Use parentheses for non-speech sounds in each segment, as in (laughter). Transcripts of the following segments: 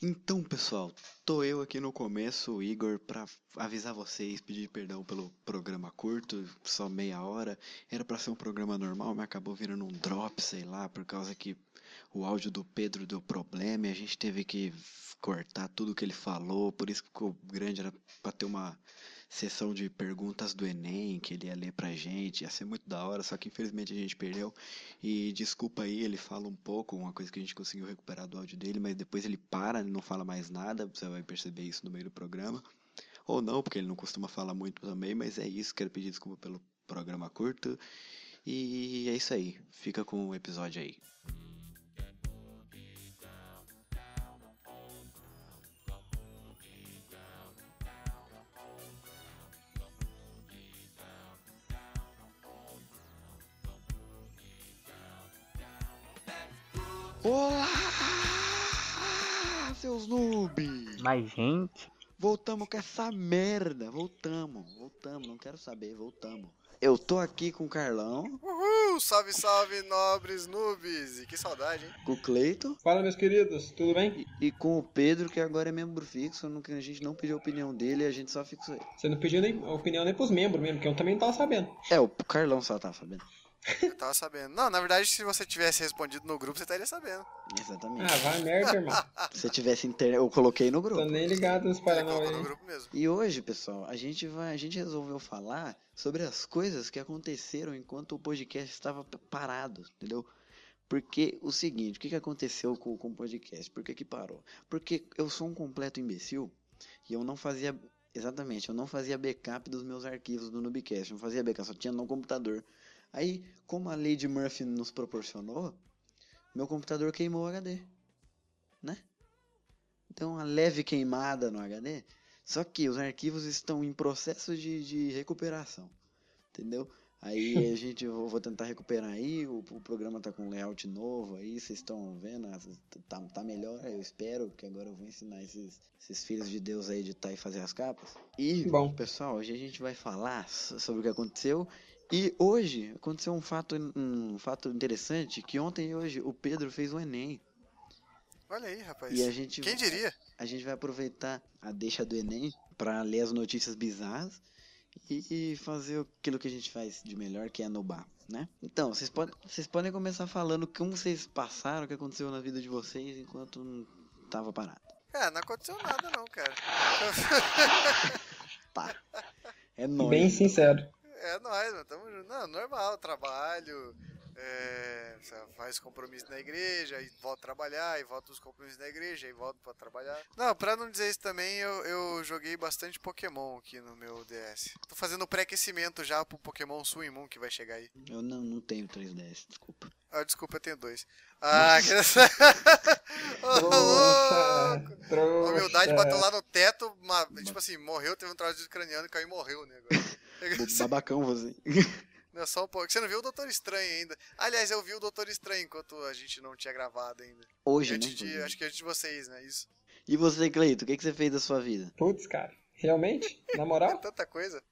Então, pessoal, tô eu aqui no começo, o Igor, pra avisar vocês, pedir perdão pelo programa curto, só meia hora. Era pra ser um programa normal, mas acabou virando um drop, sei lá, por causa que o áudio do Pedro deu problema e a gente teve que cortar tudo que ele falou, por isso que ficou grande, era pra ter uma sessão de perguntas do Enem que ele ia ler pra gente, ia ser muito da hora, só que infelizmente a gente perdeu. E desculpa aí, ele fala um pouco, uma coisa que a gente conseguiu recuperar do áudio dele, mas depois ele para, ele não fala mais nada, você vai perceber isso no meio do programa. Ou não, porque ele não costuma falar muito também, mas é isso, quero pedir desculpa pelo programa curto. E é isso aí, fica com o episódio aí. Olá, seus noobs! Mas, gente, Voltamos com essa merda, voltamos, voltamos, não quero saber, voltamos. Eu tô aqui com o Carlão, Uhul, salve, salve, nobres noobs! E que saudade, hein? com o Cleito Fala, meus queridos, tudo bem? e, e com o Pedro, que agora é membro fixo, não- que a gente não pediu a opinião dele, a gente só fixou ele. Você não pediu nem opinião nem pros membros mesmo, porque eu também não tava sabendo. É, o Carlão só tá sabendo. Eu tava sabendo. Não, na verdade, se você tivesse respondido no grupo, você estaria sabendo. Exatamente. Ah, vai merda, (laughs) irmão. Se tivesse internet, eu coloquei no Tô grupo. nem ligado nesse Ele Paranauê. colocou no hein? grupo mesmo. E hoje, pessoal, a gente vai, a gente resolveu falar sobre as coisas que aconteceram enquanto o podcast estava p- parado, entendeu? Porque o seguinte, o que que aconteceu com, com o podcast? Por que que parou? Porque eu sou um completo imbecil e eu não fazia exatamente, eu não fazia backup dos meus arquivos do Nubcast, não fazia backup, só tinha no computador. Aí, como a lei de Murphy nos proporcionou, meu computador queimou o HD, né? Então, uma leve queimada no HD só que os arquivos estão em processo de, de recuperação. Entendeu? Aí a gente eu vou tentar recuperar aí, o, o programa tá com layout novo aí, vocês estão vendo, ah, cês- tá, tá melhor, eu espero, que agora eu vou ensinar esses, esses filhos de Deus a editar e fazer as capas. E, Bom. pessoal, hoje a gente vai falar so- sobre o que aconteceu. E hoje aconteceu um fato, um fato interessante, que ontem e hoje o Pedro fez o Enem. Olha aí, rapaz. E a gente. Quem diria? A gente vai aproveitar a deixa do Enem para ler as notícias bizarras e, e fazer aquilo que a gente faz de melhor, que é anobar, né? Então, vocês podem, vocês podem começar falando como vocês passaram, o que aconteceu na vida de vocês enquanto não tava parado. É, não aconteceu nada, não, cara. É nóis. Bem sincero. É nóis, mano. Tamo junto. Não, normal, trabalho. é, você faz compromisso na igreja, aí volta a trabalhar, e volta os compromissos na igreja, e volta pra trabalhar. Não, pra não dizer isso também, eu, eu joguei bastante Pokémon aqui no meu DS. Tô fazendo pré-aquecimento já pro Pokémon Sun e Moon que vai chegar aí. Eu não, não tenho 3DS, (laughs) desculpa. Ah, desculpa, eu tenho dois. Ah, que... (laughs) Ô, Trouxa, louco! trouxa. Humildade bateu lá no teto, ma- tipo assim, morreu, teve um trauma craniano, caiu e morreu, né? (laughs) Bo- Babacão você. Não, só um pouco. Você não viu o Doutor Estranho ainda? Aliás, eu vi o Doutor Estranho enquanto a gente não tinha gravado ainda. Hoje, né? antes de, inclusive. acho que antes de vocês, né? Isso. E você, Cleito, o que, que você fez da sua vida? Putz, cara. Realmente? Na moral? Tanta coisa.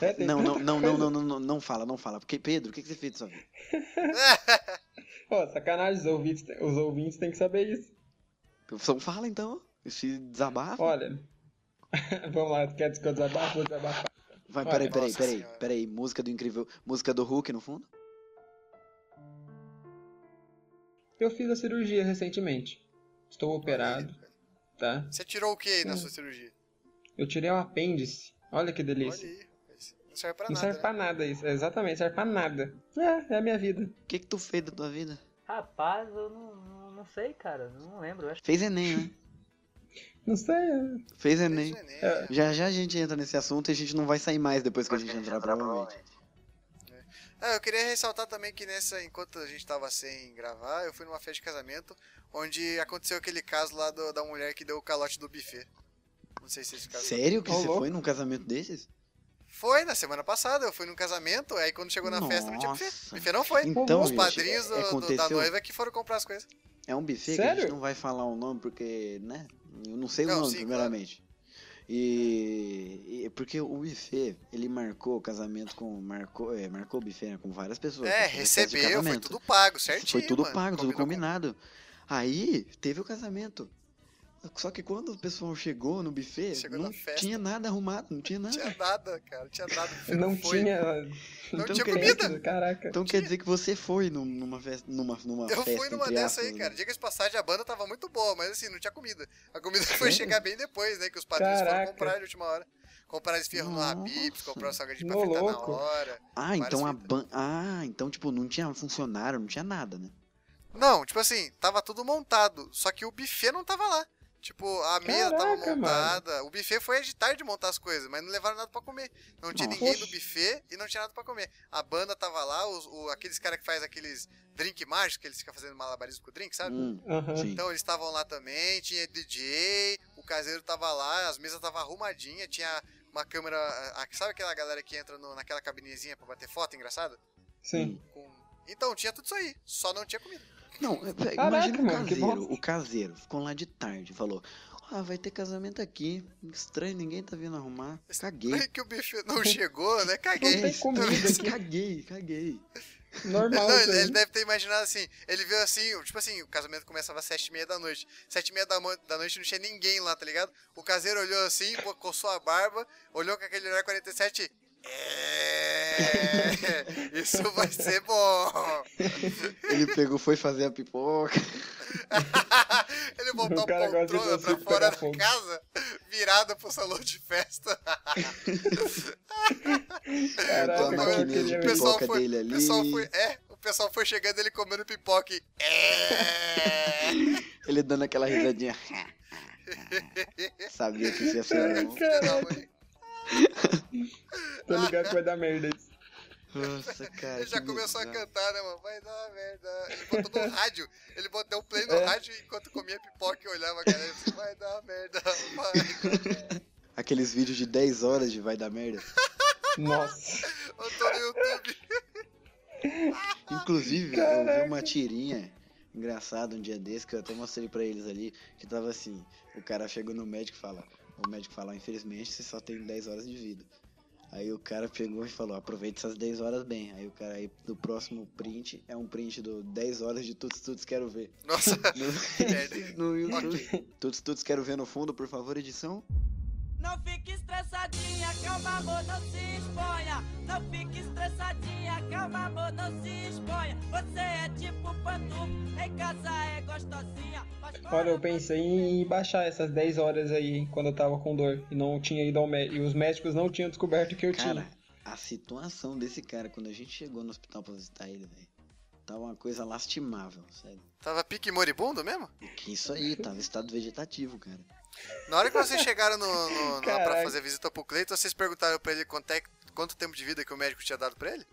É, tem Não, não, tanta não, não, coisa. não, não, não, não fala, não fala. Porque, Pedro, o que, que você fez da sua vida? Pô, sacanagem, os ouvintes, os ouvintes têm que saber isso. Então Fala então, se desabafa. Olha. (laughs) Vamos lá, quer que eu desabafe? Vou desabafar. Vai, Olha, peraí, peraí, nossa peraí, senhora. peraí. Música do incrível. Música do Hulk no fundo? Eu fiz a cirurgia recentemente. Estou operado, tá? Você tirou o que aí na sua cirurgia? Eu tirei o apêndice. Olha que delícia. Olha aí. rapaz. Não serve pra Não nada. né? serve pra nada isso, exatamente, serve pra nada. É, é a minha vida. O que que tu fez da tua vida? um rapaz, eu não, não, não sei, cara. Não lembro. Eu acho Fez Enem, né? Não sei, é- Fez né? Enem. Enem, É. Já já a gente entra nesse assunto e a gente não vai sair mais depois que a gente entrar, provavelmente. Ah, eu queria ressaltar também que nessa, enquanto a gente tava sem gravar, eu fui numa festa de casamento onde aconteceu aquele caso lá do- da mulher que deu o calote do buffet. Não sei se esse caso. Sério que Ô, você louco. foi num casamento desses? Foi na semana passada, eu fui num casamento, aí quando chegou na festa não tinha buffet. Nossa. Buffet não foi. Então, Os Os gente, padrinhos é- do- do- da aconteceu- noiva que foram comprar as coisas. É um buffet que a gente Sério? não vai falar o nome porque, né? Eu não sei o Não, nome, sim, primeiramente. E, e- porque o buffet, ele marcou o casamento com. Marcou, é, marcou o buffet né, com várias pessoas. É, com pessoas de recebeu, foi casamento. tudo pago, certinho. Foi tudo mano. pago, tudo Combinou combinado. Aí, teve o casamento. Só que quando o pessoal chegou no buffet, Chegou não na festa. tinha nada arrumado, não tinha Não nada. tinha nada, cara. Não tinha nada. você Não foi. tinha. Não tinha tem comida. essa, Caraca. Então quer dizer que você foi num- numa festa. Numa, numa Eu festa, fui numa entre dessa aí, aspas, cara. né? Diga de passagem, a banda tava muito boa, mas assim, não tinha comida. A comida foi Sério? chegar bem depois, né? Que os padrinhos Caraca. foram comprar de última hora. Compraram esfirro no Habibs, Nossa. compraram salgadinho Ô, pra fritar na louco. hora. Ah, então a fitas. ban... Ah, então, tipo, não tinha funcionário, não tinha nada, né? Não, tipo assim, tava tudo montado, só que o buffet não tava lá. Tipo, a mesa tava Caraca, mano. montada. O buffet foi agitar de montar as coisas, mas não levaram nada pra comer. Não tinha Nossa. ninguém do buffet e não tinha nada pra comer. A banda tava lá, os, o- aqueles caras que faz aqueles drink mágicos, que eles ficam fazendo malabarismo com o drink, sabe? Hum, Aham. sim. Então eles estavam lá também, tinha DJ, o caseiro tava lá, as mesas tava arrumadinha, tinha uma câmera. a- a- sabe aquela galera que entra no- naquela cabinezinha pra bater foto, engraçado? Sim. Com- Então, tinha tudo isso aí, só não tinha comida. Não, é, é, Caraca, imagina o mano, que caseiro. bosta. O caseiro ficou lá de tarde, falou: Ah, vai ter casamento aqui. Estranho, ninguém tá vindo arrumar. Caguei. É, Aí (laughs) que o bife não chegou, né? Caguei. Não tem comida aqui. (laughs) caguei, caguei. Normal (laughs) Não, isso (laughs) ele, aí. ele deve ter imaginado assim, ele viu assim, tipo assim, o casamento começava às sete e meia da noite. Sete e meia da, mo- da noite não tinha ninguém lá, tá ligado? O caseiro olhou assim, pô, coçou a barba, olhou com aquele olhar 47 é, (laughs) isso vai ser bom. Ele pegou, foi fazer a pipoca. (laughs) ele botou O cara a gosta de poltrona pra você fora pegar da fogo. casa, virada pro salão de festa. Botou a Caraca, cara, eu maquininha de queria o ver. pessoal pipoca foi- dele O ali. pessoal foi, é, o pessoal foi chegando, ele comendo pipoca e, é. (laughs) Ele dando aquela risadinha. Sabia que isso ia ser bom. Caraca, (laughs) tô tá ligado que vai dar merda isso. Nossa, cara. Ele já que começou a bizarro. cantar, né, mano? Vai dar merda. Ele botou no rádio. Ele botou deu play no É. rádio enquanto comia pipoca e olhava a galera. Disse, vai dar merda. Vai. Aqueles vídeos de 10 horas de vai dar merda. Nossa. Eu tô no YouTube. Inclusive, eu vi Caraca. uma tirinha engraçada um dia desse que eu até mostrei pra eles ali, que tava assim, o cara chegou no médico e fala, o médico fala, infelizmente você só tem 10 horas de vida. Aí o cara pegou e falou, aproveite essas 10 horas bem. Aí o cara aí do próximo print é um print do 10 horas de tuts tuts quero ver. (laughs) Nossa, que merda. No, no YouTube. Tuts tuts quero ver no fundo, por favor, edição. Não fique estressadinha, calma amor, não se exponha. Não fique estressadinha, calma amor, não se exponha. Você é tipo pantufa, em casa é gostosinha. mas fora Olha, eu você pensei em baixar essas 10 horas aí, hein, quando eu tava com dor. E não tinha ido ao médico. E os médicos não tinham descoberto que eu Cara, tinha. a situação desse cara quando a gente chegou no hospital pra visitar ele, velho, tava uma coisa lastimável, sério. Tava pique moribundo mesmo? Que isso aí, tava em estado vegetativo, cara. Na hora que vocês chegaram no, no- lá pra Caraca. fazer visita pro Cleiton, vocês perguntaram pra ele quanto, é- quanto tempo de vida que o médico tinha dado (laughs) pra ele?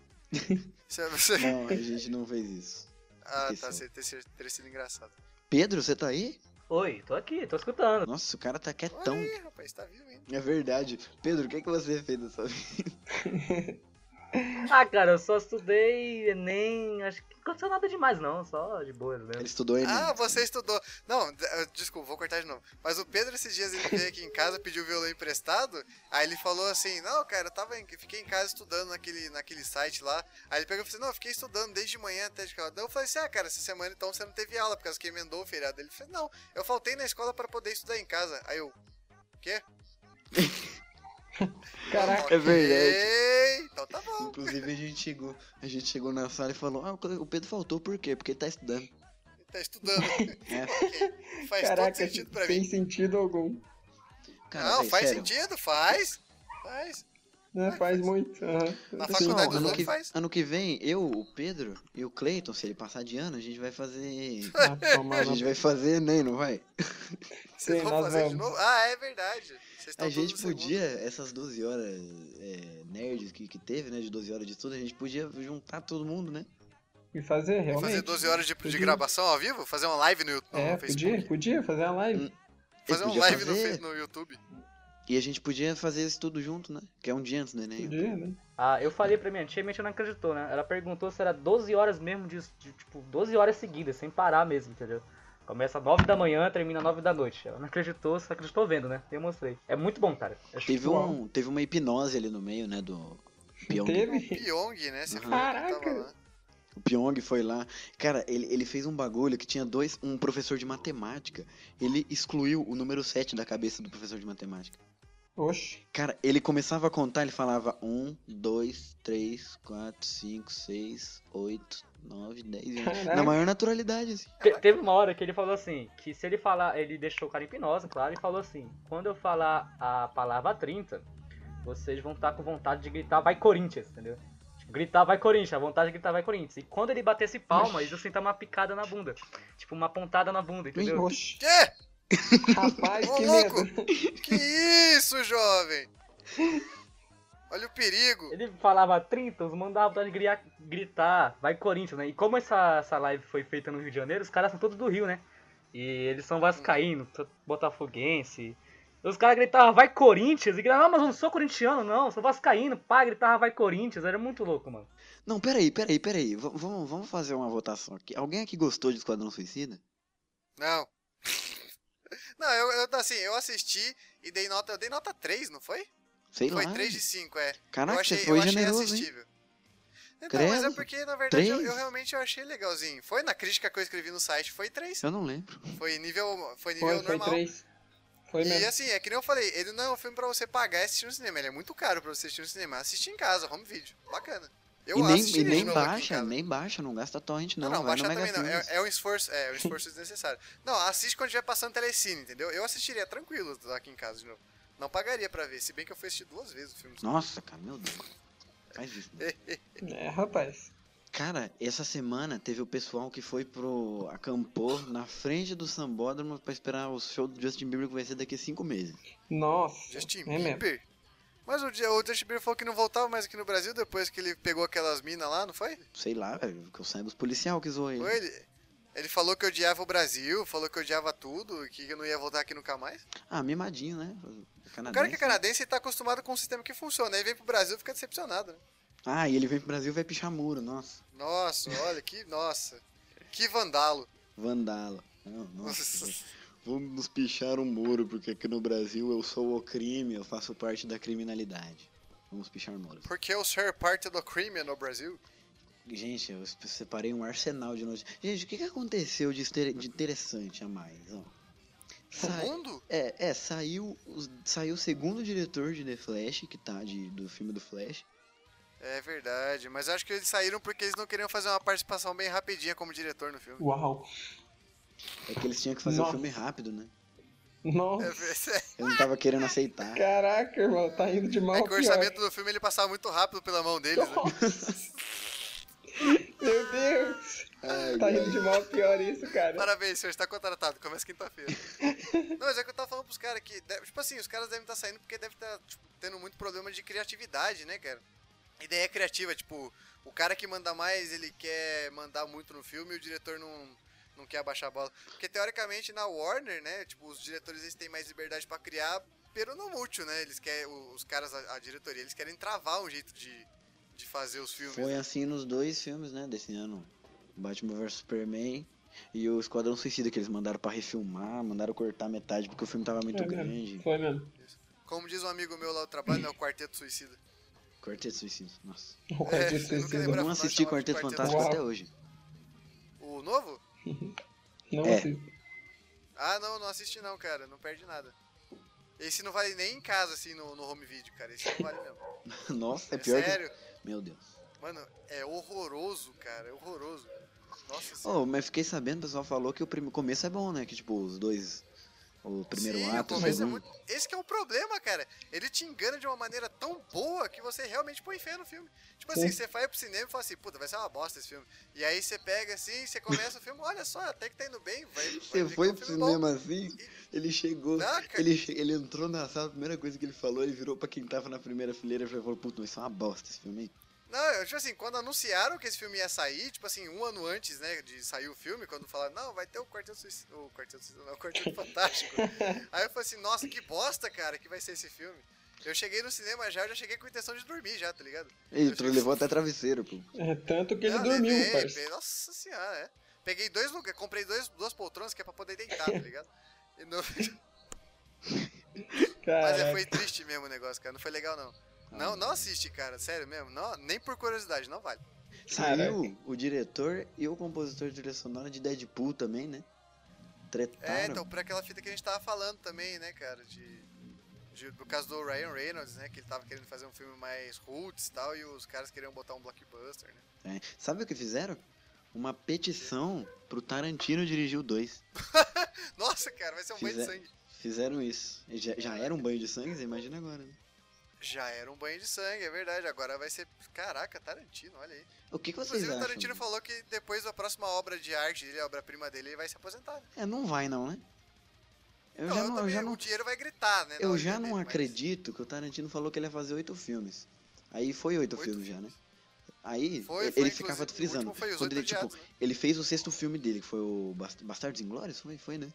Você- você- Não, a gente não fez isso. Ah, tá. Esqueceu. você Teria sido- teria sido engraçado. Pedro, você tá aí? Oi, tô aqui, tô escutando. Nossa, o cara tá Olha quietão. aí, rapaz, tá vivo ainda. É verdade. Pedro, o que, que você fez dessa vez? Ah, cara, eu só estudei nem acho que não aconteceu nada demais não, só de boa, Ele mesmo. estudou Enem. Ah, você estudou. Não, d- eh, desculpa, vou cortar de novo. Mas o Pedro, esses dias, ele veio aqui (laughs) em casa, pediu o violão emprestado. Aí ele falou assim: Não, cara, eu tava em- fiquei em casa estudando naquele, naquele site lá. Aí ele pegou e falou assim: Não, eu fiquei estudando desde de manhã até de casa. Daí eu falei assim: Ah, cara, essa semana então você não teve aula, por causa que emendou o feriado. Ele falou: Não, eu faltei na escola pra poder estudar em casa. Aí eu. Quê? Caraca. É verdade. "Ok, Então tá bom. Inclusive a gente chegou. A gente chegou na sala e falou, ah, o Pedro faltou por quê? Porque ele tá estudando. É. Tá (laughs) estudando. Ok. Faz todo Caraca, sentido pra sem mim. sentido algum. Cara, não, véi, faz sério. sentido, faz. Faz. Não, Né, faz muito. aham. Na Sim. Não, faculdade- né? Faculdade ano, não que, faz. ano que vem, eu, o Pedro e o Cleiton, se ele passar de ano, a gente vai fazer. (laughs) Ah, A tomar gente no- vai fazer Enem, não vai? Vocês Sim, vão nós fazer de vamos. novo? Ah, é verdade. Vocês estão A gente todos no segundo. podia, essas 12 horas é, nerds que, que teve, né? De 12 horas de estudo, a gente podia juntar todo mundo, né? E fazer, Vamos realmente. Fazer 12 horas de, de Podia. gravação ao vivo? Fazer uma live no, YouTube, É, no Facebook? podia, podia fazer uma live. Hum, Fazer Ele uma podia live no fazer, Face- no, YouTube? E a gente podia fazer isso tudo junto, né? Que é um dia antes do Enem. Podia, né? Ah, eu falei pra minha tia, minha tia não acreditou, né? Ela perguntou se era 12 horas mesmo de, de, tipo, 12 horas seguidas, sem parar mesmo, entendeu? Começa 9 da manhã, termina 9 da noite. Ela não acreditou, só acreditou vendo, né? Eu mostrei. É muito bom, cara. Eu acho- Teve, um, teve uma hipnose ali no meio, né? Do Pyong. Teve? Pyong, né? Você Uhum. falou que Caraca. tava lá. O Pyong foi lá. Cara, ele, ele fez um bagulho que tinha dois. Um professor de matemática. Ele excluiu o número 7 da cabeça do professor de matemática. Oxe. Cara, ele começava a contar, ele falava 1, 2, 3, 4, 5, 6, 8, 9, 10, 11. Caraca. Na maior naturalidade, assim. Te- teve uma hora que ele falou assim, que se ele falar, ele deixou o cara em hipnose, claro, e falou assim, quando eu falar a palavra 30, vocês vão estar com vontade de gritar vai Corinthians, entendeu? Tipo, gritar vai Corinthians, a vontade de gritar vai Corinthians. E quando ele batesse palma, eles iam sentar uma picada na bunda. Tipo, uma pontada na bunda, entendeu? Oxe. Quê? Rapaz, (laughs) Ô, que louco! medo. (laughs) Que isso, jovem? Olha o perigo. Ele falava 30, os mandavam vontade de griar- gritar, vai Corinthians, né? E como essa, essa live foi feita no Rio de Janeiro, os caras são todos do Rio, né? E eles são vascaíno, t- botafoguense. Os caras gritavam, vai Corinthians! E gritavam, não, mas eu não sou corintiano, não, sou vascaíno. Pá, gritava, vai Corinthians. Era muito louco, mano. Não, peraí, peraí, peraí. V vamos, vamos fazer uma votação aqui. Alguém aqui gostou de Esquadrão Suicida? Não. (laughs) Não, eu, eu, assim, eu assisti e dei nota. Eu dei nota 3, não foi? Sei Foi lá. 3 de 5, é. eu Caraca, achei, você foi eu achei generoso, hein? assistível. Então, mas é Credo, porque, na verdade, eu, três? eu realmente eu achei legalzinho. Foi na crítica que eu escrevi no site, foi 3. Eu não lembro. Foi nível, foi nível Foi, foi normal. três. Foi e mesmo. assim, é que nem eu falei, ele não é um filme pra você pagar e assistir no cinema. Ele é muito caro pra você assistir no cinema. Assiste em casa, home video. Bacana. Eu e nem, e assistiria de nem novo aqui em baixa, casa. nem baixa, não gasta torrent, não. Não, não, vai baixar no também não. É, Megafilmes. é um esforço, (laughs) é um esforço desnecessário. Não, assiste quando estiver passando telecine, entendeu? Eu assistiria tranquilo aqui em casa de novo. Não pagaria pra ver, se bem que eu fui assistir duas vezes o filme. Nossa, cara, meu Deus. Faz isso. né? não. É, rapaz. Cara, essa semana teve o pessoal que foi pro. acampou na frente do sambódromo pra esperar o show do Justin Bieber que vai ser daqui a cinco meses. Nossa. Justin é mesmo. Bieber. Mas o, dia- o Justin Bieber falou que não voltava mais aqui no Brasil depois que ele pegou aquelas minas lá, não foi? Sei lá, velho, que eu saiba os policial que zoam ele. Foi ele? Ele falou que odiava o Brasil, falou que odiava tudo, e que eu não ia voltar aqui nunca mais. Ah, mimadinho, né? O Canadense. cara que é canadense ele tá acostumado com um sistema que funciona, aí vem pro Brasil e fica decepcionado, né? Ah, e ele vem pro Brasil e vai pichar muro, nossa. Nossa, olha que. Nossa. Que vandalo. Vandala. Não, nossa. Vamos pichar um muro, porque aqui no Brasil eu sou o crime, eu faço parte da criminalidade. Vamos pichar muros. (laughs) Porque eu ser parte do crime no Brasil. Gente, eu se- separei um arsenal de notícias. Gente, o que, que aconteceu de, estere- de interessante a mais? ó? No Uhum. Sai- mundo? É, é, saiu, os- saiu o segundo diretor de The Flash, que tá de, do filme do Flash. É verdade, mas eu acho que eles saíram porque eles não queriam fazer uma participação bem rapidinha como diretor no filme. Uau. É que eles tinham que fazer o Nossa. filme rápido, né? É, Nossa. ver- (laughs) Eu não tava querendo aceitar. Caraca, irmão. Tá indo de mal é ao que o pior. (laughs) orçamento do filme ele passava muito rápido pela mão deles, né? Nossa. Meu Deus. Tá indo de mal ao pior isso, cara. Parabéns, senhor, está contratado. Começa quinta-feira. Não, mas é que eu tava falando pros caras que, deve- tipo assim, os caras devem estar saindo porque deve estar tendo muito problema de criatividade, né, cara? Ideia criativa, tipo, o cara que manda mais, ele quer mandar muito no filme e o diretor não, não quer abaixar a bola. Porque teoricamente na Warner, né, tipo, os diretores eles têm mais liberdade pra criar, pero não útil, né? Eles querem, o- os caras, a, a diretoria, eles querem travar um jeito de, de fazer os filmes. Foi assim nos dois filmes, né, desse ano. Batman vs Superman e o Esquadrão Suicida, que eles mandaram pra refilmar, mandaram cortar metade porque o filme tava muito É mesmo. grande. Foi mesmo. Como diz um amigo meu lá do trabalho, né, o Quarteto Suicida. Quarteto Suicida, nossa. É, O Quarteto nunca Suicida. Eu lembrava. não Nós assisti chamamos de Quarteto Quarteto Fantástico Uau. até hoje. O novo? Não É. assisto. Ah, não, não assisti não, cara. Não perde nada. Esse não vale nem em casa, assim, no, no home video, cara. Esse não vale mesmo. Nossa, (laughs) é É, pior que... sério. Meu Deus. Mano, é horroroso, cara. É horroroso. Nossa senhora. Oh, mas fiquei sabendo, o pessoal falou que o prime- começo é bom, né? Que tipo, os dois... O primeiro Sim, o ato, o começo é segundo... muito... Esse que é o problema, cara. Ele te engana de uma maneira tão boa que você realmente põe fé no filme. Tipo assim, Sim. você vai pro cinema e fala assim, puta, vai ser uma bosta esse filme. E aí você pega assim, você começa o filme, olha só, até que tá indo bem. Vai, vai ver Você que é foi um pro filme bom. cinema assim, ele chegou, Não, cara. ele, che- ele entrou na sala, a primeira coisa que ele falou, ele virou pra quem tava na primeira fileira e falou, puta, mas isso é uma bosta esse filme aí. Não, eu, tipo assim, quando anunciaram que esse filme ia sair, tipo assim, um ano antes, né, de sair o filme, quando falaram, não, vai ter o Quarteto Suicida, o Quarteto Suicida, não, o (laughs) Quarteto Fantástico. Aí eu falei assim, nossa, que bosta, cara, que vai ser esse filme. Eu cheguei no cinema já, eu já cheguei com a intenção de dormir já, tá ligado? Ele tro- levou assim, até travesseiro, pô. É tanto que ele Ah, dormiu, levei, parça. pe- Nossa senhora, é. Peguei dois lugares, comprei dois, duas poltronas que é pra poder deitar, tá ligado? E não- (laughs) Mas é, Caraca. Ah. foi triste mesmo o negócio, cara, não foi legal não. Não, não assiste, cara, sério mesmo, não, nem por curiosidade, não vale. Saiu Caraca. o diretor e o compositor de trilha sonora de Deadpool também, né? Tretaram. É, então, por aquela fita que a gente tava falando também, né, cara, de... de- No caso do Ryan Reynolds, né? Que ele tava querendo fazer um filme mais roots e tal, e os caras queriam botar um blockbuster, né? (laughs) É. Sabe o que fizeram? Uma petição pro Tarantino dirigir o 2. Nossa, cara, vai ser um banho de Fizer- sangue. Fizeram isso. E Já, já era um banho de sangue, você imagina agora, né? Já era um banho de sangue, é verdade. Agora vai ser. Caraca, Tarantino, olha aí. O que, que vocês Inclusive, o acham? Tarantino falou que depois da próxima obra de arte dele, a obra-prima dele, ele vai se aposentar. né? É, não vai não, né? Eu Não, já eu não, eu também- já não, O dinheiro vai gritar, né? na eu hora já dele, não mas- acredito que o Tarantino falou que ele ia fazer oito filmes. Aí foi oito, Oito filmes já, né? Aí Foi, ele foi, ele ficava inclusive, o frisando. último foi Os Quando ele, Oito tipo, Odiados, né? ele fez o sexto filme dele, que foi o Bast- Bastardos Inglórios? Foi, foi, né?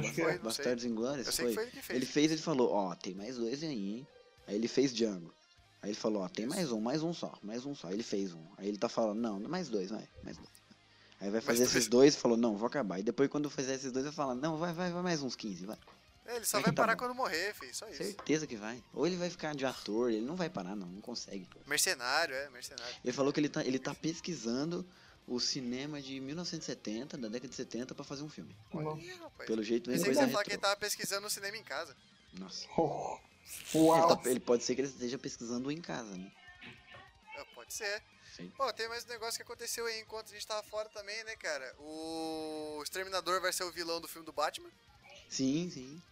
Acho que que foi, é. não sei. Bastardos Inglórios? Eu sei que foi ele que fez. Ele fez, ele falou, ó, tem mais dois aí, hein? Aí ele fez Django. Aí ele falou, ó, tem mais um, mais um só, mais um só. Aí ele fez um. Aí ele tá falando, não, mais dois, vai, mais dois. Aí vai fazer dois. esses dois e falou, não, vou acabar. E depois quando fizer esses dois, vai falar, não, vai, vai, vai mais uns 15, vai. É, ele só Mas vai tá parar bom. quando morrer, filho, só isso. Certeza que vai. Ou ele vai ficar de ator, ele não vai parar, não, não consegue. Mercenário, é, mercenário. Ele falou que ele tá, ele tá pesquisando o cinema de 1970, da década de 70, pra fazer um filme. Não. Ih, rapaz. Pelo jeito, vem Pensei que coisa você ia falar que ele tá retrô. tava pesquisando o cinema em casa. Nossa. Oh. Ele, Uau! tá- ele pode ser que ele esteja pesquisando em casa, né? Ah, pode ser. Sim. Pô, tem mais um negócio que aconteceu aí enquanto a gente tava fora também, né, cara? O Exterminador vai ser o vilão do filme do Batman. Sim, sim.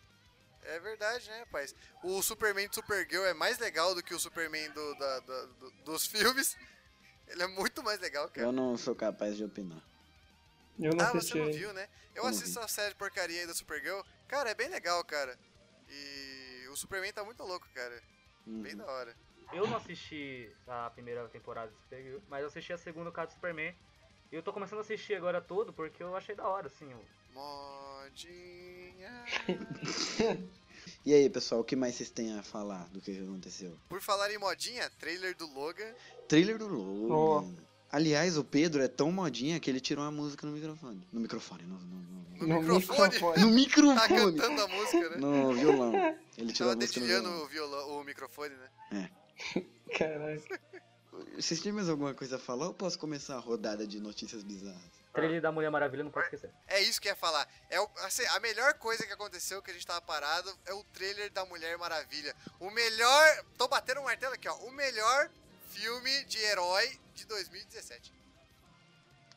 É verdade, né, rapaz? O Superman do Supergirl é mais legal do que o Superman do, da- da- do- dos (laughs) filmes. Ele é muito mais legal, cara. Eu não sou capaz de opinar. Eu não é Ah, você assisti não ainda. viu, né? Eu Não assisto a série porcaria aí da Supergirl. Cara, é bem legal, cara. E o Superman tá muito louco, cara. Uhum. Bem da hora. Eu não assisti a primeira temporada do Supergirl, mas eu assisti a segunda cara do Superman. E eu tô começando a assistir agora todo porque eu achei da hora, assim. o- (laughs) Modinha. E aí, pessoal, o que mais vocês têm a falar do que aconteceu? Por falar em modinha, trailer do (laughs) Logan. Trailer do Logan. Aliás, o Pedro é tão modinha que ele tirou a música no microfone. No microfone, no, no, no, no- No No microfone. microfone. (laughs) no Tá microfone! cantando a música, né? No violão. Ele tirou Tava a música no dedilhando violão. o, violão, o microfone, né? Caraca. Vocês têm mais alguma coisa a falar ou posso começar a rodada de notícias bizarras? Trailer da Mulher Maravilha, não pode esquecer. É isso que eu ia falar. É o- assim, a melhor coisa que aconteceu que a gente tava parado é o trailer da Mulher Maravilha. O melhor. Tô batendo um martelo aqui, ó. O melhor filme de herói de 2017.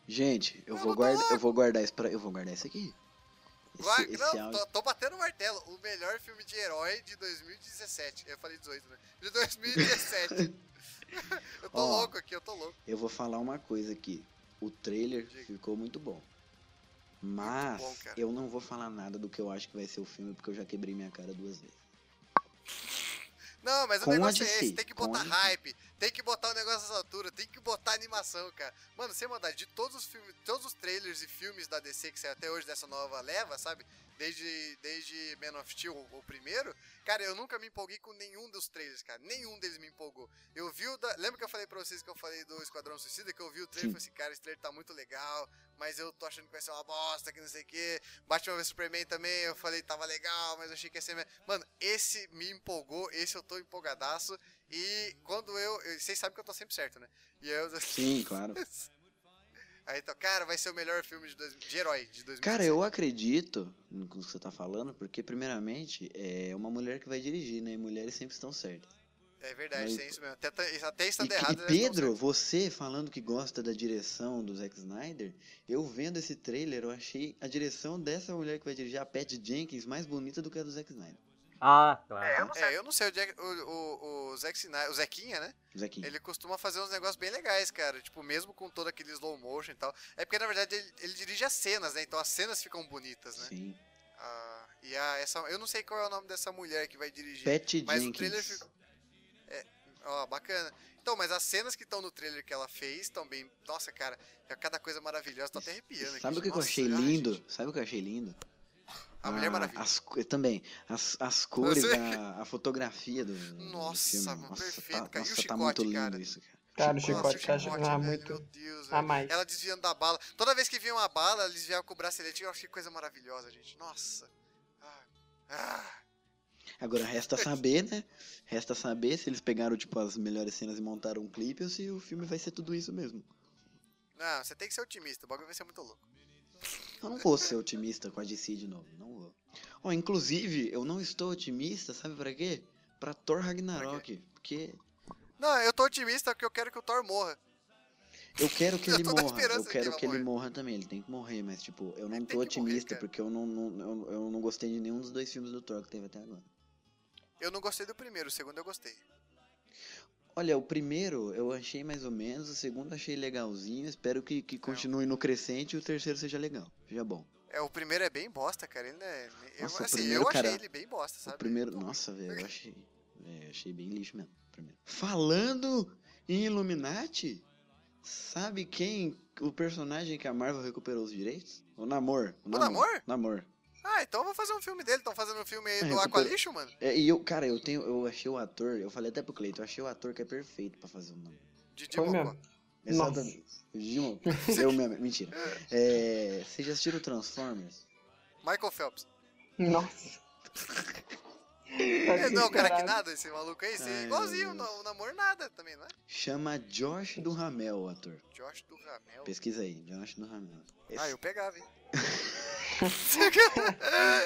Gente, eu Eu vou não tô guardar, louco. eu vou guardar isso pra, eu vou guardar isso aqui. Esse, Vai- esse não, áudio- tô, tô batendo o martelo. O melhor filme de herói de 2017. Eu falei 18, né? De (laughs) 2017. (laughs) eu tô Ó. louco aqui, eu tô louco. Eu vou falar uma coisa aqui. O trailer Diga. ficou muito bom. Mas bom, cara. eu não vou falar nada do que eu acho que vai ser o filme, porque eu já quebrei minha cara duas vezes. Não, mas o Com a negócio é DC, esse, tem que com botar a DC. hype, tem que botar o negócio nessa altura, tem que botar animação, cara. Mano, sem maldade, de todos os filmes, todos os trailers e filmes da DC que saiu até hoje dessa nova leva, sabe? Desde, desde Man of Steel, o o primeiro, cara, eu nunca me empolguei com nenhum dos trailers, cara. Nenhum deles me empolgou. Eu vi o da. Lembra que eu falei pra vocês que eu falei do Esquadrão Suicida? Que eu vi o trailer Sim. e falei assim, cara, esse trailer tá muito legal, mas eu tô achando que vai ser uma bosta, que não sei o quê. Batman vs Superman também, eu falei tava legal, mas eu achei que ia ser. me- Mano, esse me empolgou, esse eu tô empolgadaço. E quando eu. eu- Vocês sabem que eu tô sempre certo, né? E eu. (laughs) Sim, (laughs) claro. Aí então, cara, vai ser o melhor filme de, dois, de herói de 2017. Cara, eu acredito no que você tá falando, porque primeiramente é uma mulher que vai dirigir, né? E mulheres sempre estão certas. É verdade, Mas- tem isso mesmo. Até, até- até E, estando que- e errado. né? Pedro, você falando que gosta da direção do Zack Snyder, eu vendo esse trailer, eu achei a direção dessa mulher que vai dirigir a Pat Jenkins mais bonita do que a do Zack Snyder. Ah, claro. É, eu não sei, o, Jack, o, o, o Zack Snyder- o Zequinha, né? Zequinha. Ele costuma fazer uns negócios bem legais, cara. Tipo, mesmo com todo aquele slow motion e tal. É porque, na verdade, ele, ele dirige as cenas, né? Então as cenas ficam bonitas, né? Sim. Ah, e a, essa, eu não sei qual é o nome dessa mulher que vai dirigir. Pat mas o Jenkins. trailer ficou. É, ó, bacana. Então, mas as cenas que estão no trailer que ela fez estão bem. Nossa, cara, é cada coisa maravilhosa, tô até arrepiando aqui. Sabe o que, que eu Nossa, achei ai, lindo? gente. Sabe o que eu achei lindo? Ah, A Mulher Maravilha. As, co- também. As, as cores, sei. a, a fotografia do. do Nossa, filme. mano, perfeito, tá, cara. E o Nossa, tá chicote, muito lindo cara? isso, cara. Cara, o Nossa, chicote tá ah, velho, muito. Meu Deus, A velho. mais. Ela desviando da bala. Toda vez que vinha uma bala, ela desviava com o bracelete. Eu achei coisa maravilhosa, gente. Nossa. Ah. Ah. Agora (laughs) resta saber, né? Resta saber se eles pegaram tipo as melhores cenas e montaram um clipe ou se o filme vai ser tudo isso mesmo. Não, você tem que ser otimista, o bagulho vai ser muito louco. Eu não vou (laughs) ser otimista com a DC de novo, não vou. Ó, inclusive, eu não estou otimista, sabe pra quê? Pra Thor Ragnarok, porque Não, eu tô otimista porque eu quero que o Thor morra. eu quero que Eu ele tô na morra, eu esperança que quero ele que ele vai morra também, ele tem que morrer, mas tipo, eu não Ele tô tem que morrer, otimista cara. porque eu não, não- eu, eu não gostei de nenhum dos dois filmes do Thor que teve até agora. Eu não gostei do primeiro, o segundo eu gostei. Olha, o primeiro eu achei mais ou menos, o segundo eu achei legalzinho, espero que, que continue no crescente e o terceiro seja legal, seja bom. É, o primeiro é bem bosta, cara. Ele não é. Eu, Nossa, o assim, primeiro, eu achei cara, ele bem bosta, sabe? então, O primeiro, Muito ruim. nossa, velho, eu achei, é, eu achei bem lixo mesmo, o primeiro. Falando em Illuminati, sabe quem, o personagem que a Marvel recuperou os direitos? O Namor. O Namor? Namor. Ah, então eu vou fazer um filme dele. Estão fazendo um filme É, aí do recupera- Aqualixo, mano? É, e eu, cara, eu tenho, eu achei o ator, eu falei até pro Cleiton, eu achei o ator que é perfeito pra fazer É o Namor. De Foi Dimocó. mesmo. Exatamente. Digimon. Eu mesmo, mentira. É, vocês já assistiram Transformers? Michael Phelps. Nossa. Tá É, (laughs) não, cara, que Caralho. nada esse maluco aí. Você é Ai, igualzinho, meu o namoro nada também, não é? Chama Josh do Ramel, o ator. Josh do Ramel. Pesquisa aí, Josh É do Ramel. Ah, eu (laughs) pegava, hein?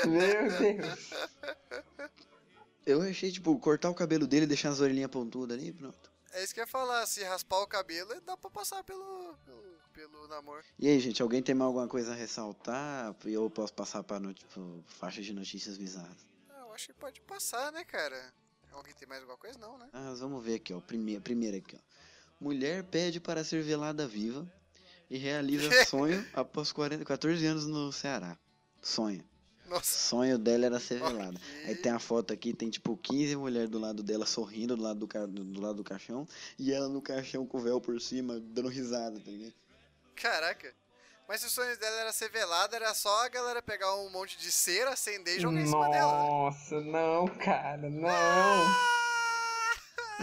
Meu Deus. Eu achei, tipo, cortar o cabelo dele e deixar as orelhinhas pontudas ali, pronto. É isso que eu ia falar, se raspar o cabelo, é, dá pra passar pelo. pelo, pelo namoro. E aí, gente, alguém tem mais alguma coisa a ressaltar? E eu posso passar pra no- tipo, faixa de notícias bizarras. Ah, eu acho que pode passar, né, cara? Alguém tem mais alguma coisa? Não, né? (laughs) Ah, vamos ver aqui, ó. Primeira, primeira aqui, ó. Mulher pede para ser velada viva e realiza sonho após 40, 14 anos no Ceará. Sonho. Nossa. Sonho dela era ser velada. Ok. Aí tem a foto aqui, tem tipo 15 mulheres do lado dela sorrindo do lado do, ca... do do lado do caixão e ela no caixão com o véu por cima, dando risada, tá ligado? Caraca. Mas se o sonho dela era ser velada, era só a galera pegar um monte de cera, acender e jogar em cima dela. né? Nossa, não, cara, não.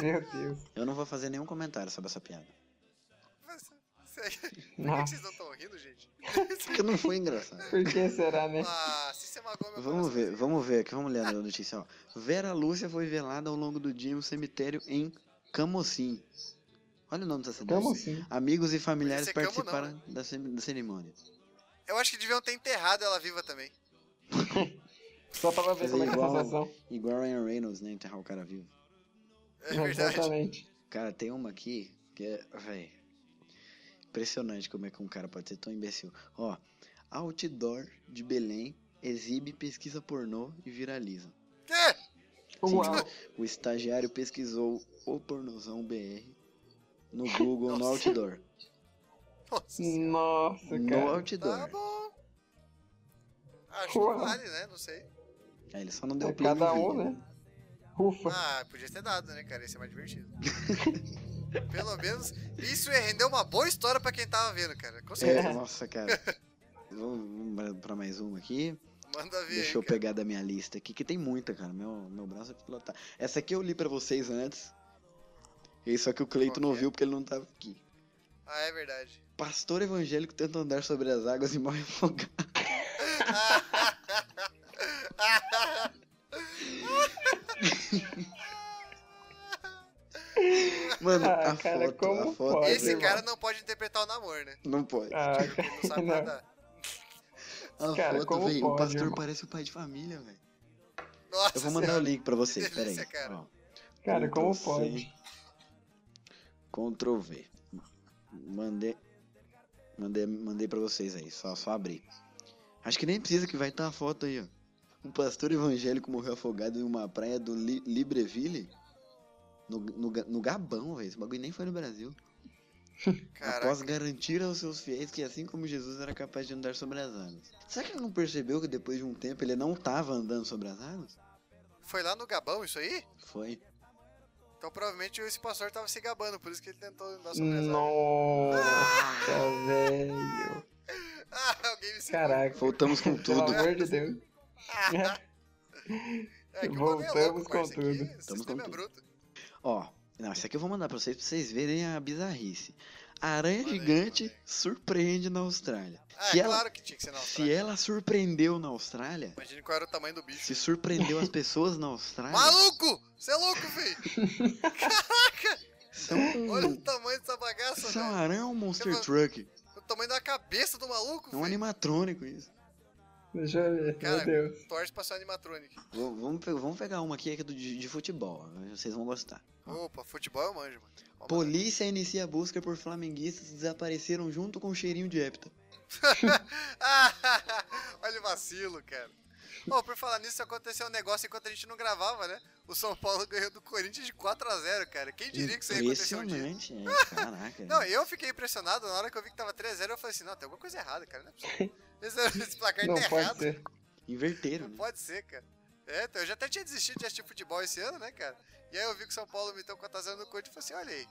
Meu Deus. Eu não vou fazer nenhum comentário sobre essa piada. Mas, sério, Por que que Nossa. vocês não estão rindo, gente? Porque não foi engraçado. Por que será, né? Ah, se você magoou meu É. Vamos coração. assim. ver, vamos ver aqui, vamos ler a notícia, ó. Vera Lúcia foi velada ao longo do dia em um cemitério em Camocim. Olha o nome dessa cidade. Tamo sim. Amigos e familiares Podia ser Camo, não, participaram da, cem- da cerimônia. Eu acho que deviam ter enterrado ela viva também. Só pra ver como é que é a Igual- sensação. Igual Ryan Reynolds, né? Enterrar o cara vivo. É verdade. (laughs) Exatamente. Cara, tem uma aqui que é, véi, impressionante como é que um cara pode ser tão imbecil. Ó, outdoor de Belém exibe pesquisa pornô e viraliza. Quê? Tipo Uau. O estagiário pesquisou o pornozão BR no Google no outdoor. Hum, Nossa senhora. Nossa, No cara. Tá outdoor. bom. Acho que Uau. vale, né? Não sei. Aí ele só não É deu play no cada um, vídeo. né? Ufa. Ah, podia ter dado, né, cara? Ia ser mais divertido. (laughs) Pelo menos isso ia render uma boa história pra quem tava vendo, cara. Com certeza. É, nossa, cara. Vamos vamos pra- pra mais uma aqui. Manda ver. Deixa aí, eu cara. pegar da minha lista aqui, que tem muita, cara. Meu, meu braço é pilotar. Essa aqui eu li pra vocês antes. E só que o Cleito não Qual que é? ouviu porque ele não tava aqui. Ah, é verdade. Pastor evangélico tenta andar sobre as águas e morre (laughs) afogado. Mano, Ah, a, cara, foto, como a foto. pode, Esse irmão? cara não pode interpretar o namoro, né? Não pode. Ah, Porque Ele não (laughs) sabe Não. nada. a cara, foto, como velho. O pode, pastor irmão? parece o pai de família, velho. Nossa Eu vou mandar o senhora. link pra vocês, Que delícia, peraí. cara. Ó, cara, como Ctrl+C. pode? Ctrl V. Mandei. Mandei, mandei pra vocês aí, só, só abrir. Acho que nem precisa que vai estar a foto aí, ó. Um pastor evangélico morreu afogado em uma praia do Li- Libreville? No, no, Ga- no Gabão, velho. Esse bagulho nem foi no Brasil. Após Caraca. garantir aos seus fiéis que assim como Jesus era capaz de andar sobre as águas. Será que ele não percebeu que depois de um tempo ele não tava andando sobre as águas? Foi lá no Gabão isso aí? Foi. Então provavelmente esse pastor tava se gabando, por isso que ele tentou andar sobre as águas. Nossa, velho. (laughs) Ah, alguém me se Caraca. Voltamos (laughs) com Pelo tudo. amor de (laughs) Deus. É que o bagulho é louco, Voltamos com parça, aqui, tudo. o sistema com é tudo. bruto. Ó, não, isso aqui eu vou mandar pra vocês pra vocês verem a bizarrice. A aranha Maneiro, gigante maneiro. surpreende na Austrália. Ah, se, é ela, claro que tinha que ser na se Austrália. ela surpreendeu na Austrália, Imagina qual era o tamanho do bicho. se surpreendeu as pessoas na Austrália, Maluco! Você é louco, filho! são, um Olha o tamanho dessa bagaça, são velho. aranha ou um monster Eu vou- truck? O tamanho da cabeça do maluco, É um filho. animatrônico isso. Deixa eu ver. Cara, Meu Deus. Torce pra ser um animatronic. V- Vamos, pe- vamos pegar uma aqui que é do- de, de futebol, vocês vão gostar. Opa, futebol eu manjo, mano. Ó, Polícia inicia busca por flamenguistas que desapareceram junto com cheirinho de hepta. Ah, (laughs) Olha o vacilo, cara. Ó, por falar nisso, aconteceu um negócio enquanto a gente não gravava, né? O São Paulo ganhou do Corinthians de 4x0, cara. Quem diria que isso ia acontecer um dia? Impressionante, é, caraca. (laughs) Não, eu fiquei impressionado na hora que eu vi que tava 3x0, eu falei assim, não, tem alguma coisa errada, cara. Não é possível. (laughs) Esse, (laughs) esse placar Não tá pode errado. ser. (laughs) Inverteram, Não né? pode ser, cara. É, então, eu já até tinha desistido de assistir futebol esse ano, né, cara? E aí eu vi que o São Paulo meteu 4x0 no Corinthians e falei assim, olha aí,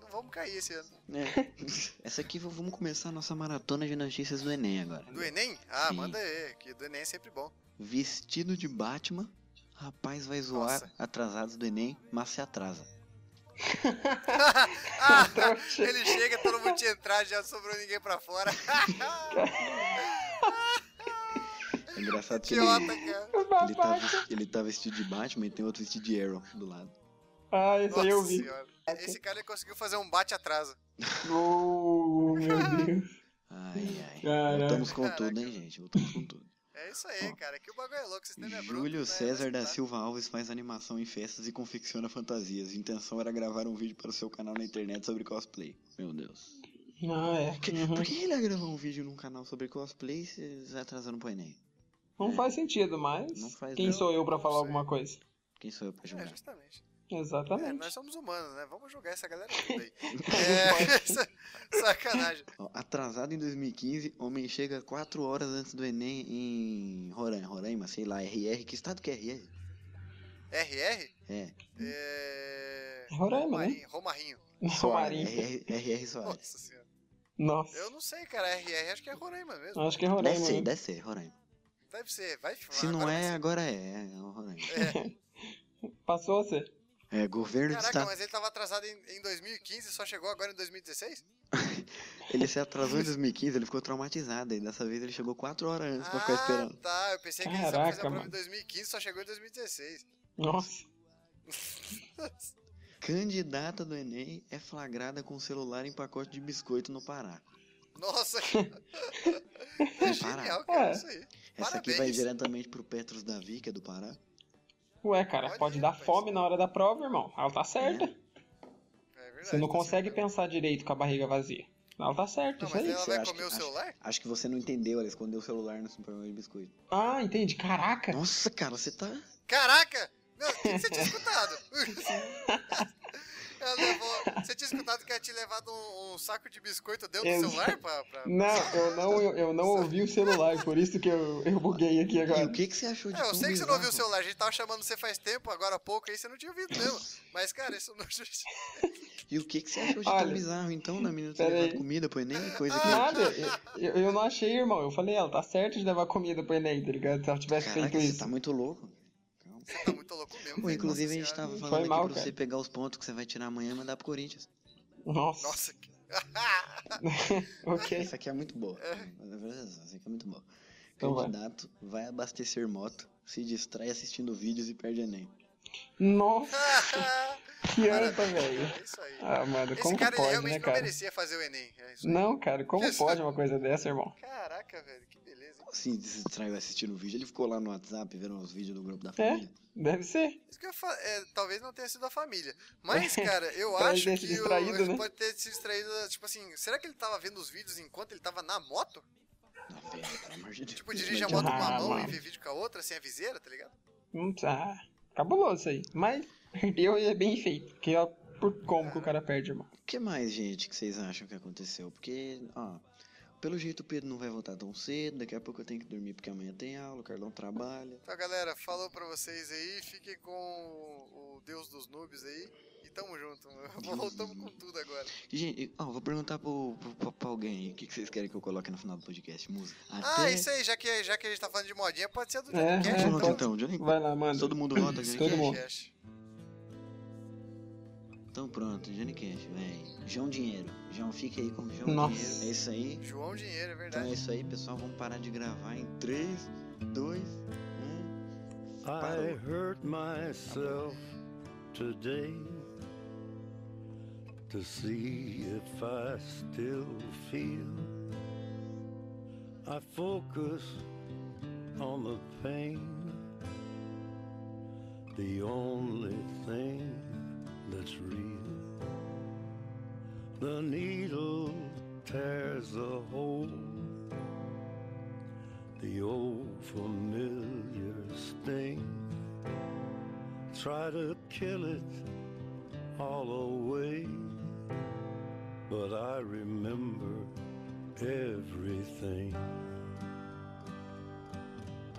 não vamos cair esse ano. É. (laughs) Essa aqui v- vamos começar a nossa maratona de notícias do Enem agora. Do Enem? Ah, Sim. manda aí, que do Enem é sempre (laughs) bom. (laughs) Vestido de Batman, rapaz vai zoar Nossa. atrasados do Enem, mas se atrasa. Ah, ele chega, todo mundo tinha entrado, já não sobrou ninguém pra fora. (laughs) É (laughs) engraçado que ele, Idiota, cara. ele, tá, ves- ele tá vestido de Batman e tem outro vestido de Arrow do lado. Ah, esse aí eu Nossa vi. senhora. Esse cara ele conseguiu fazer um bate atraso. (laughs) Oh, meu Deus. Ai, ai. Caraca. Voltamos com Caraca. tudo, hein, gente? Voltamos com tudo. É isso aí, cara. Que o bagulho é louco, vocês têm Júlio César da Silva Alves faz animação em festas e confecciona fantasias. Intenção era gravar um vídeo para o seu canal na internet sobre cosplay. Meu Deus. Não, é. Por Uhum. que ele ia gravar um vídeo num canal sobre cosplay se atrasando pro Enem? Não faz sentido, mas Não faz quem não. sou eu pra Não falar sei. alguma coisa? Quem sou eu pra É, julgar? justamente. É, Exatamente. nós somos humanos, né? Vamos julgar (laughs) essa galera toda aí. (laughs) É, sa- sacanagem. (laughs) Ó, Atrasado em 2015, homem chega 4 horas antes do Enem em Roraima, Roraima, sei lá, RR. Que estado que é RR? RR? É, É... É Roraima, né? Romarinho, Romarinho. (laughs) Romarinho. RR, RR Soares. Nossa senhora. Nossa. Eu não sei, cara. RR acho que é (laughs) Roraima mesmo. Acho que é Deve Roraima. ser, né? deve ser, Roraima. Deve ser, vai Se agora não vai é, (laughs) ser. agora é, é Roraima. Passou a ser. É, governo do Caraca, estado. mas ele tava atrasado em, em 2015 e só chegou agora em 2016? Ele se atrasou em 2015, ele ficou traumatizado. E dessa vez ele chegou 4 horas antes pra ficar Ah, esperando. tá. Eu pensei que ele só Caraca, fez a prova em mano. 2015 só chegou em 2016. Nossa. Candidata do Enem é flagrada com celular em pacote de biscoito no (laughs) Pará. Nossa, (laughs) é genial, cara, É. isso aí. Essa aqui vai Parabéns. diretamente pro Petros Davi, que é do Pará. Ué, cara, Olha, pode dar rapaz. fome na hora da prova, irmão. Ela tá né? certa. É verdade, Você não tá consegue certo. pensar direito com a barriga vazia. Ela tá certa, Não, isso mas aí. ela você vai acha comer que- o acho- celular? Acho que você não entendeu, ela escondeu o celular no supermercado de (laughs) biscoito. Ah, entendi. Caraca. Nossa, cara, você tá. Caraca! Não, o que que (laughs) você tinha escutado? (laughs) Ela levou- Você tinha escutado que ela tinha levado um, um saco de biscoito dentro do Exato. celular? Pra, pra- Não, eu não, eu, eu não ouvi o celular, por isso que eu, eu buguei aqui E agora. o que, que você achou de É, eu tão sei que você não ouviu o bizarro? celular, a gente tava chamando você faz tempo, agora há pouco, aí você não tinha ouvido mesmo. Mas, cara, isso não (laughs) justifica. E o que, que você achou de Olha, tão bizarro então na menina ter (laughs) pera levado aí. comida pro Enem? Coisa que. (laughs) Nada, eu, eu não achei, irmão. Eu falei, ela tá certa de levar comida pro Enem, tá ligado? Se ela tivesse Caraca, feito você isso. tá muito louco. Calma. Você tá muito louco mesmo. Pô, velho, inclusive a nossa gente senhora. tava Foi falando mal, aqui pra cara. você pegar os pontos que você vai tirar amanhã e mandar pro Corinthians. (laughs) Nossa, Nossa, que- (laughs) ok. Essa aqui é muito boa. Essa aqui é muito boa. Então vai. Candidato vai. abastecer moto, se distrai assistindo vídeos e perde Enem. Nossa, que anta, Parabéns, velho. É isso aí. Ah, mano, Esse como cara que ele pode, é realmente né, não cara? merecia fazer o Enem. É isso aí. Não, cara, como Isso. pode uma coisa dessa, irmão? Caraca, velho, que beleza. hein? Assim, se distraiu assistindo vídeo. Ele ficou lá no WhatsApp vendo os vídeos do É? grupo da família. Deve ser. Isso que eu fa- é, talvez não tenha sido a família. (laughs) Mas, cara, eu Pra ele acho ter que se o- distraído, ele né? pode ter se distraído. Tipo assim, será que ele tava vendo os vídeos enquanto ele tava na moto? Não, pera, pelo amor de Deus. (laughs) Tipo, dirige a Não moto com adianta. uma Ah, mão e mano. vê vídeo com a outra, sem a viseira, tá ligado? Não tá. Cabuloso isso aí. Mas (laughs) perdeu e é bem feito. Que é por como que o cara perde, irmão. O que mais, gente, que vocês acham que aconteceu? Porque, ó, pelo jeito o Pedro não vai voltar tão cedo. Daqui a pouco eu tenho que dormir porque amanhã tem aula. O Carlão trabalha. Então, galera, falou pra vocês aí. Fiquem com o, o Deus dos Noobs aí. E tamo junto. (laughs) Voltamos com tudo agora. E, Gente, ó, vou perguntar pro, pro- pro- pra alguém aí, o que, que vocês querem que eu coloque no final do podcast? Música? Ah, isso aí, já que, já que a gente tá falando de modinha, pode ser do É, Johnny Cash. é, Johnny Cash, então. então, Johnny Vai lá, mano. Todo mundo vota, Johnny Todo Cash? mundo. Cash. Então pronto, Johnny Cash, velho. João Dinheiro. João, fica aí como João Nossa. Dinheiro. É isso aí. João Dinheiro, é Então é verdade. isso aí, pessoal. Vamos parar de gravar em 3, 2, 1. I Ah, é. Parou. hurt myself today to see if I still feel. I focus on the pain, the only thing that's real. The needle tears a hole the old familiar sting. Try to kill it all away, but I remember everything.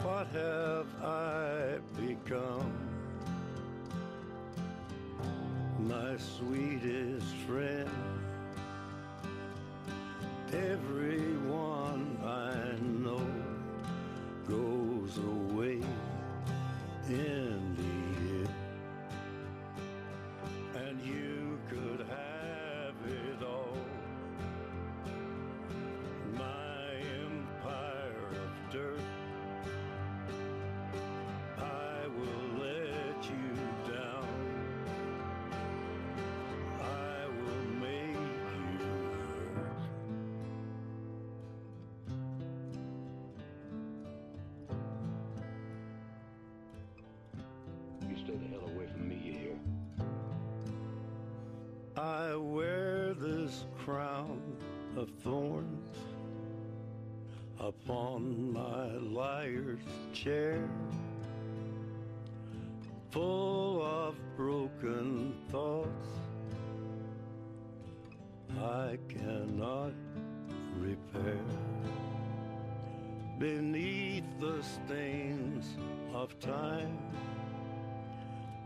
What have I become? My sweetest friend. Everyone I know goes away in the end. And you could have it all. My empire of dirt. I will let you down. I will make you hurt. You stay the hell away from me, you hear? I wear this crown of thorns upon my liar's chair, full of broken thoughts I cannot repair. Beneath the stains of time,